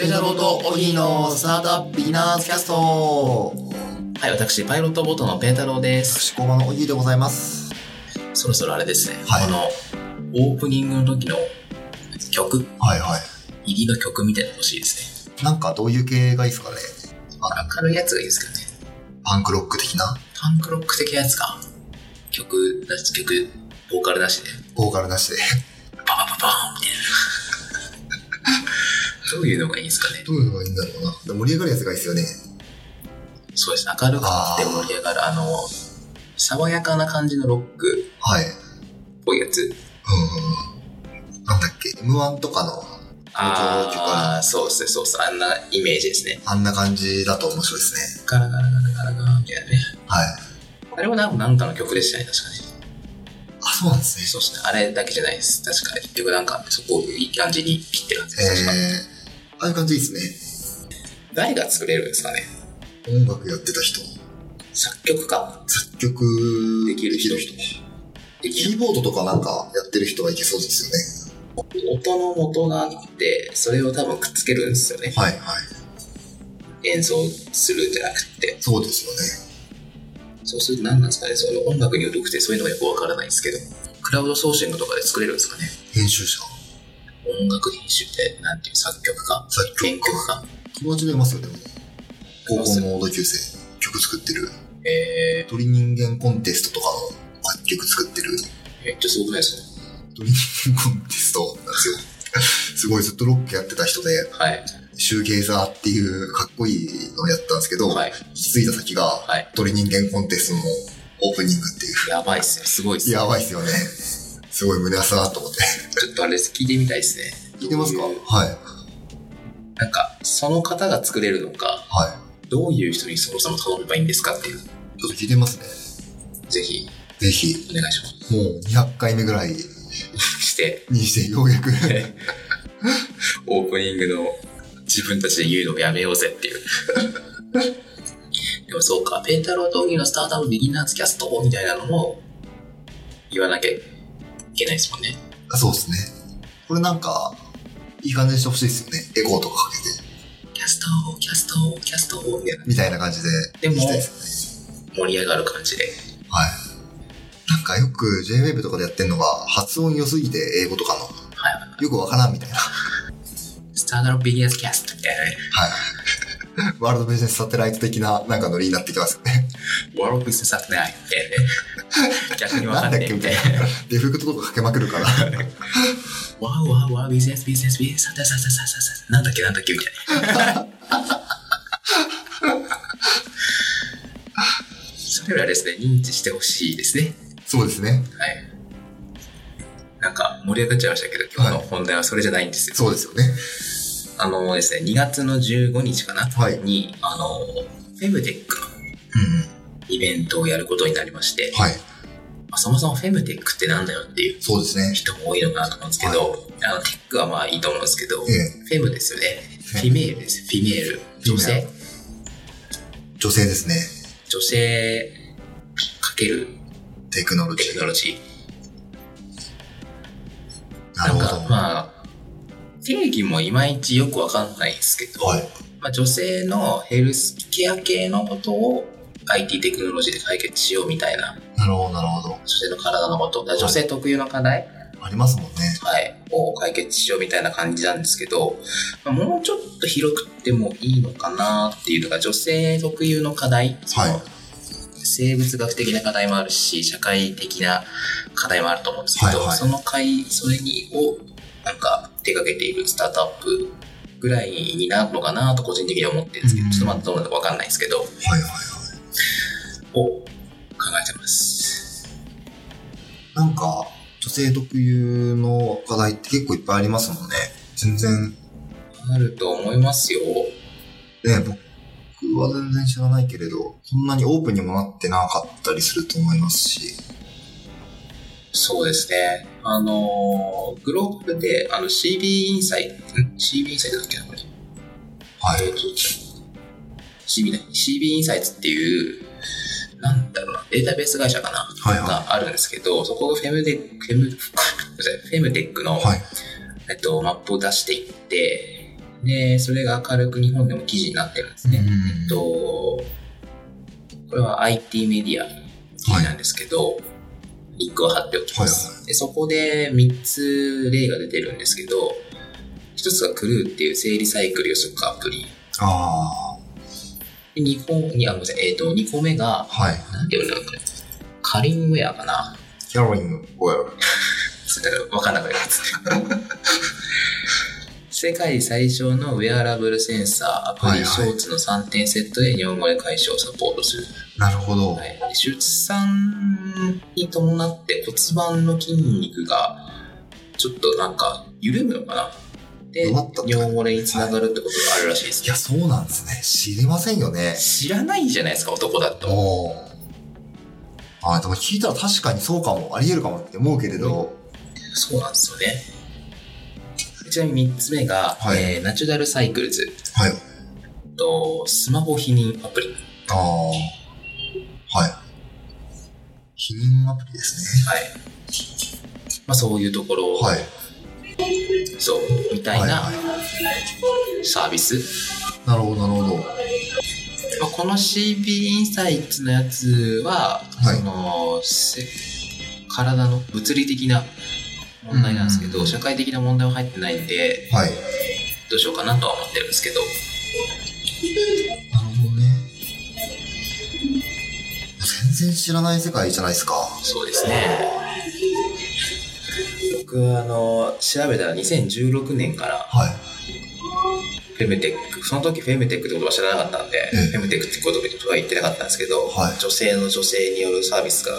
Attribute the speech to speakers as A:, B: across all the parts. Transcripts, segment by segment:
A: レジャーボートオギーのスタートアップビギナーズキャスト
B: はい、私、パイロットボートのペータローです。
A: 私工場のオギーでございます
B: そろそろあれですね、
A: はい
B: この、オープニングの時の曲、
A: はいは
B: 入りの曲みたいなの欲しいです
A: いなんかどういう系がいいですかね
B: ね。明るいやつがいいですかね。
A: パンクロック的な
B: パンクロック的なやつか。曲なし、曲、ボーカルなしで、
A: ボーカルなしで
B: ババババーンみたいな。 どういうのがいいですかね。
A: どういうのがいいんだろうなでも盛り上がるやつがいいですよね
B: そうですね、明るくなって盛り上がる、あの、爽やかな感じのロック
A: はい
B: っぽいやつ。
A: うんなんだっけ M1 とかのこの曲は
B: ああ、そうですね、そうですね。あんなイメージですね。
A: あんな感じだと面白いですね
B: ガラガラガラガラガラみたいなね。
A: はい
B: あれはなんなんかの曲でしたね、確かに。
A: あそうなんです
B: そうですね。あれだけじゃないです。確か、結局なんか、そこをいい感じに切ってるんです
A: ね
B: よ確かに。
A: えー、ああいう感じいいです
B: 誰が作れるんですかね
A: ね音楽やってた人
B: 作曲家
A: 作曲
B: できる人
A: できる人
B: でき
A: キー
B: る
A: ボードとかなんかやってる人はいけそうですよね
B: 音の元があって、それを多分くっつけるんですよね。
A: はいはい
B: 演奏するんじゃなくて。
A: そうですよね
B: そうすると何なんですかねその音楽に疎くてそういうのがよくわからないんですけど。クラウドソーシングとかで作れるんですかね
A: 編集者
B: 音楽編集って、なんていう作曲家
A: 作曲
B: 編曲家
A: 友達がいますよでも高校
B: い
A: の同級生曲作ってる
B: え
A: 鳥人間コンテストとかの楽曲作ってる
B: ー、めっちゃすごくないですか
A: 鳥人間コンテストなんですよ すごいずっとロックやってた人で
B: はい。
A: シューゲイザーっていうかっこいいのをやったんですけど、
B: はい。
A: 引き継いだ先が、
B: はい
A: 鳥人間コンテストのオープニングっていう
B: やばいっすね。すごいっすね。
A: やばいっすよねすごい胸熱だなと思って
B: ちょっとあれです。聞いてみたいですね。
A: 聞いてますか
B: ど
A: は
B: う
A: いう
B: なんか、その方が作れるのか、
A: はい
B: どういう人にそもそも頼めばいいんですかっていう、
A: ちょっと聞いてみますね
B: ぜひ
A: ぜひ
B: お願いしま
A: もう200回目ぐらいに
B: す。して、
A: してようやく
B: オープニングの自分たちで言うのをやめようぜっていう。 でもそうか、ペンタロー闘技のスタートアップビギナーズキャストみたいなのも言わなきゃいけないですもんね。
A: そうですねこれなんかいい感じにしてほしいですよねエコーとかかけて
B: キャストキャストキャストみたいな。
A: みたいな感じで
B: でも
A: いきたいですね
B: 盛り上がる感じで。
A: はいなんかよく JWAVE とかでやってんのが発音良すぎて英語とかの
B: はい。
A: よくわからんみたいな は
B: スタートアップビギナーズキャストみたいな
A: い
B: ね。
A: ワールドビジネスサテライト的ななんかノリになってきますよね
B: ワロックスさせないみたいなね。逆に わ
A: な
B: か
A: ん
B: ん
A: だっ
B: ない
A: け
B: み
A: み
B: た
A: たい
B: い
A: な
B: な。
A: デフェクトとかかけまくるから
B: わーわーわー、ビジネスビジネスビジネス、ささささささ、なんだっけなんだっけみたいな。それよりはですね、認知してほしいですね。
A: そうですね
B: はい。なんか盛り上がっちゃいましたけど、今日の本題はそれじゃないんですよ。
A: そうですよね
B: あのですね、2月の15日かな、
A: はい
B: に、あの、フェムテックの
A: うん
B: イベントをやることになりまして、
A: はい
B: まあそもそもフェムテックってなんだよっていう
A: そうですね
B: 人も多いのかなと思うんですけど、あのテックはまあいいと思うんですけど、
A: ええ
B: フェムですよね。フィメールです。フィメール。女性
A: 女性ですね
B: 女性かける
A: テクノロジ
B: テクノ
A: ー
B: ロジー。
A: なるほ
B: んか
A: ど
B: まあ、定義もいまいちよくわかんないんですけど、
A: はい
B: まあ、女性のヘルスケア系のことを IT テクノロジーで解決しようみたいな、
A: なるほどなるほど
B: 女性の体のこと、だから女性特有の課題、
A: ありますもんね
B: はい、を解決しようみたいな感じなんですけど、まあもうちょっと広くてもいいのかなっていうのが女性特有の課題、その
A: はい
B: 生物学的な課題もあるし社会的な課題もあると思うんですけど、
A: はいはい
B: その会それにをなんか手掛けているスタートアップぐらいになるのかなと個人的には思ってるんですけど、
A: うん
B: ちょっとまだどうなるか分かんないですけど
A: はいはい
B: を考えてます。
A: なんか、女性特有の課題って結構いっぱいありますもんね。全然、
B: あると思いますよ。
A: ね、僕は全然知らないけれど、そんなにオープンにもなってなかったりすると思いますし。
B: そうですね。あのーグローバルで、あの、CB インサイト、ん ?CB インサイトだっけな、これ。
A: は
B: え
A: い。
B: ーと CB ね、CB インサイツっていう、なんだろうな、データベース会社かな、
A: はいは
B: があるんですけど、そこがフェムテック、フェム、ごめんなさいフェムテックの、
A: い。はい。
B: えっと、マップを出していって、で、それが明るく日本でも記事になってるんですね。えっと、これは IT メディアなんですけど、リンクを貼っておきます、
A: は
B: で。そこで3つ例が出てるんですけど、1つがクルーっていう生理サイクル予測アプリ。
A: あ
B: で2個、にあ、ごめんなさい、えっ、と、2個目が
A: あ、、はい。
B: なんていうのかなカリンウェア かな
A: キャロリンの声。
B: それわかんなくなりますね。世界最小のウェアラブルセンサー、アプ
A: はいは
B: リ、
A: い
B: ショーツの3点セットで尿漏れ解消をサポートする。
A: なるほど。
B: はい、で出産に伴って骨盤の筋肉がちょっとなんか緩むのかなで
A: 弱ったって
B: 尿漏れにつながるってことがあるらしいです、
A: いや、そうなんですね。知りませんよね。
B: 知らないじゃないですか男だと
A: おーあー、でも聞いたら確かにそうかも、ありえるかもって思うけれど、
B: そうなんですよねちなみに3つ目が、
A: はい
B: えーナチュラルサイクルズ
A: はい。
B: とスマホ避妊アプリ、はい、
A: ああ、はい。避妊アプリですね。
B: まあ、そういうところ、
A: はい。
B: そうみた
A: はいい、
B: な
A: は
B: サービス、
A: い。なるほど、なるほど。
B: まあこの CB インサイツのやつは、
A: はい
B: そのせ体の物理的な問題なんですけど、
A: うん
B: 社会的な問題は入ってないんで
A: はい。
B: どうしようかなとは思ってるんですけど
A: なるほどね。全然知らない世界じゃないですか。
B: そうですね僕あの調べたら2016年から
A: はい。
B: フェムテックその時フェムテックって言葉知らなかったんで、
A: ええ
B: フェムテックって言葉は言ってなかったんですけど、
A: はい
B: 女性の女性によるサービスが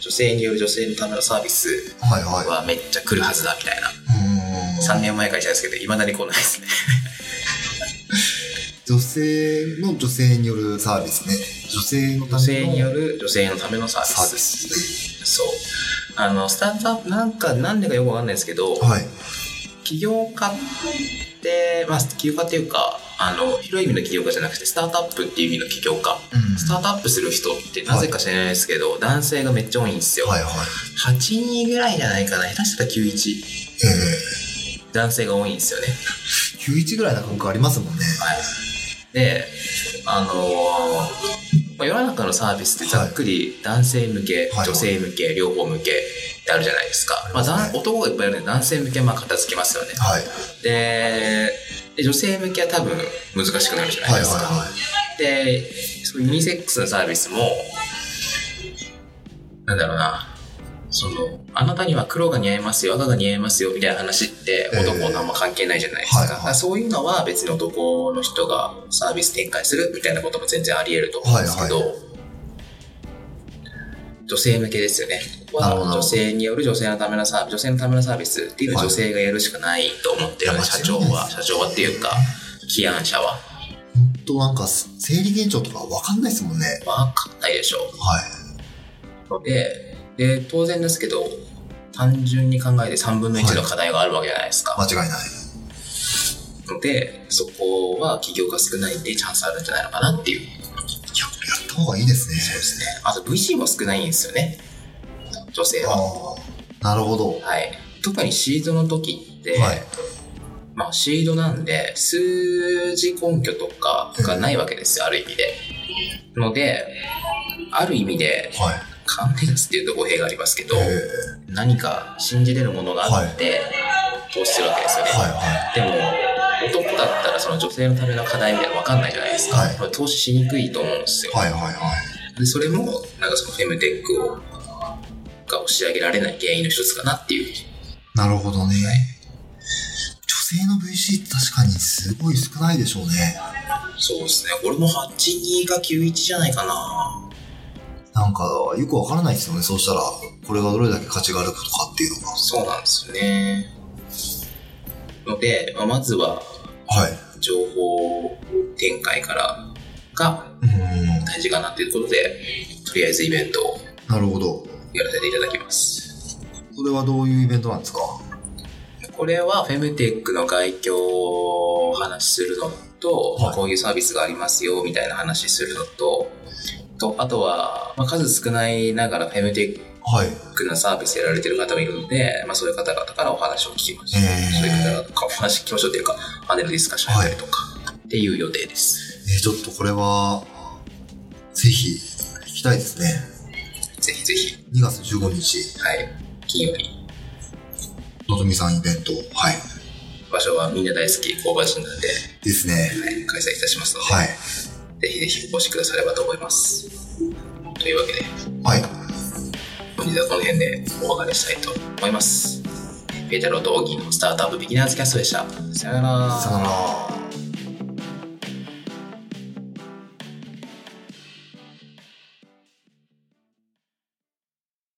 B: 女性による女性のためのサービス
A: はい、はい。
B: はめっちゃ来るはずだみたいな
A: うーん
B: 3年前からしたんですけど、いまだに来ないですね。
A: 女性の女性によるサービスね。女性のための
B: 女性による女性のためのサービス。
A: サービス。
B: そう。あの、スタートアップ、なんか、なんでかよくわかんないですけど、
A: はい。
B: 起業家って、まあ、起業家っていうか、あの、広い意味の起業家じゃなくて、スタートアップっていう意味の起業家。
A: うん
B: スタートアップする人ってなぜか知らないですけど、男性がめっちゃ多いんですよ。
A: はいはい。
B: 8人ぐらいじゃないかな。下手したら
A: え
B: 91。
A: え
B: 男性が多いんですよね。
A: 91ぐらいな感覚ありますもんね。
B: で、あのーまあ世の中のサービスってざっくり男性向け、
A: はい
B: 女性向け、両方向けってあるじゃないですか。まあ、
A: あります
B: 男
A: ね
B: 男がいっぱいいるので男性向けはまあ片付きますよね。
A: はい。
B: で、で女性向けは多分難しくなるじゃない
A: はいはい
B: ですか。
A: は
B: で、そういうユニセックスのサービスも、なんだろうな。そのあなたには黒が似合いますよ赤が似合いますよみたいな話って
A: えー
B: 男とあんま関係ないじゃないです
A: は
B: か,、
A: いはい
B: そういうのは別に男の人がサービス展開するみたいなことも全然あり得ると思うんですけ
A: は
B: ど、
A: い
B: 女性向けですよねここ
A: なるほ
B: は
A: ど
B: 女性による女性のためのサービス女性のためのサービスっていうのは女性がやるしかないと思ってる、
A: はいいや
B: 社長
A: 間違いな。
B: はい社長はっていうか起案者はい
A: ほんとなんか、生理現象とかわかんないですもんね。
B: わかんないでしょ
A: はい。
B: のでで当然ですけど単純に考えて3分の1の課題があるわけじゃないですか、
A: 間違いない。
B: のでそこは起業が少ないんでチャンスあるんじゃないのかなっていう
A: やった方がいいですね。
B: ですねあと VC も少ないんですよね女性は
A: ああ。なるほど。
B: はい特にシードの時って、
A: はい。
B: まあシードなんで数字根拠とかがないわけですよ、ある意味でのである意味で
A: はい。
B: 関連っていうと語弊がありますけど、
A: え
B: 何か信じれるものがあって投資するわけですよね、
A: えはいは
B: でも男だったらその女性のための課題みたいなの分かんないじゃないですか、
A: はい
B: これ投資しにくいと思うんですよ、
A: い。はいはいはい。
B: でそれもなんかそのフェムテックをが押し上げられない原因の一つかなっていう
A: なるほどね。女性の VC って確かにすごい少ないでしょうね。
B: そうですね俺も82が91じゃないかな
A: なんか、よくわからないですよね。そうしたら、これがどれだけ価値があるかとかっていうのが。
B: そうなんですよねので、まあまずは
A: はい。
B: 情報展開からが
A: うーん。
B: 大事かなっていうことでとりあえずイベントを
A: なるほど。
B: やらせていただきます
A: それはどういうイベントなんですか
B: これはフェムテックの概況をお話しするのと、
A: はい
B: こういうサービスがありますよみたたいな話するのととあとは、まあ、数少ないながらフェムテッ
A: はい。
B: ックなサービスやられてる方がいるので、まあ、そういう方々からお話を聞きました、
A: へー
B: そういう方々からお話聞きましょうというかパネルディスカッションやったりとか、っていう予定です
A: えーちょっとこれは、ぜひ、聞きたいですね。
B: ぜひぜひ
A: 2月15日、
B: はい金曜日
A: のぞみさんイベント。はい。
B: 場所はみんな大好き工場人なんで、
A: ですね。
B: はい、開催いたしますので、
A: はい。
B: ぜひぜひお越しくださればと思いますというわけで
A: はい。
B: 本日はこの辺でお別れしたいと思いますペータローとオギーのスタートアップビギナーズキャストでしたさよなら
A: さよなら。